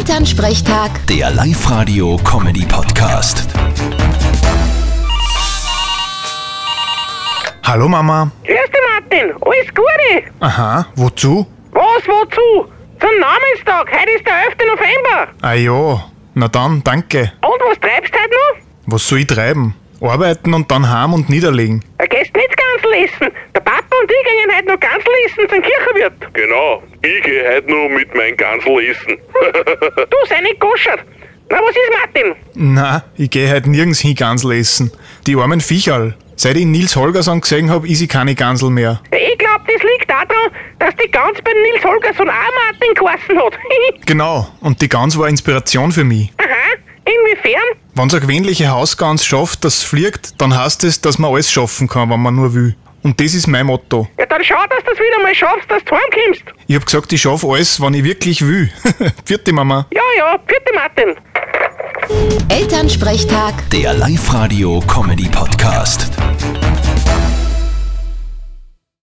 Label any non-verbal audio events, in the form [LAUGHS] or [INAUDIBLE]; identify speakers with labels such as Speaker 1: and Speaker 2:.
Speaker 1: Elternsprechtag,
Speaker 2: Der Live-Radio-Comedy-Podcast.
Speaker 3: Hallo Mama.
Speaker 4: Grüß dich, Martin. Alles Gute.
Speaker 3: Aha, wozu?
Speaker 4: Was, wozu? Zum Namenstag. Heute ist der 11. November.
Speaker 3: Ah ja, na dann, danke.
Speaker 4: Und was treibst du heute noch?
Speaker 3: Was soll ich treiben? Arbeiten und dann heim und niederlegen.
Speaker 4: Du gehst nicht Gansel essen. Der Papa und ich gingen heute noch Gansel essen zum Kirchenwirt.
Speaker 5: Genau, ich gehe heute noch mit meinem Gansel essen. [LAUGHS]
Speaker 4: Du, sei nicht goschert. Na, was ist, Martin?
Speaker 3: Na, ich gehe halt nirgends hin Gansel essen. Die armen Viecherl. Seit ich Nils Holgersson gesehen habe, ist ich keine Gansel mehr.
Speaker 4: Ja, Ich glaub, das liegt daran, dass die Gans bei Nils Holgersson auch Martin geheißen hat. [LAUGHS]
Speaker 3: Genau, und die Gans war Inspiration für mich.
Speaker 4: Aha, inwiefern?
Speaker 3: Wenn's eine gewöhnliche Hausgans schafft, dass fliegt, dann heißt es, dass man alles schaffen kann, wenn man nur will. Und das ist mein Motto.
Speaker 4: Ja, dann schau, dass du es wieder mal schaffst, dass du heimkommst.
Speaker 3: Ich hab gesagt, ich schaff alles, wenn ich wirklich will. [LAUGHS] Vierte Mama.
Speaker 4: Ja, ja, bitte, Martin.
Speaker 1: Elternsprechtag.
Speaker 2: Der Live-Radio-Comedy-Podcast.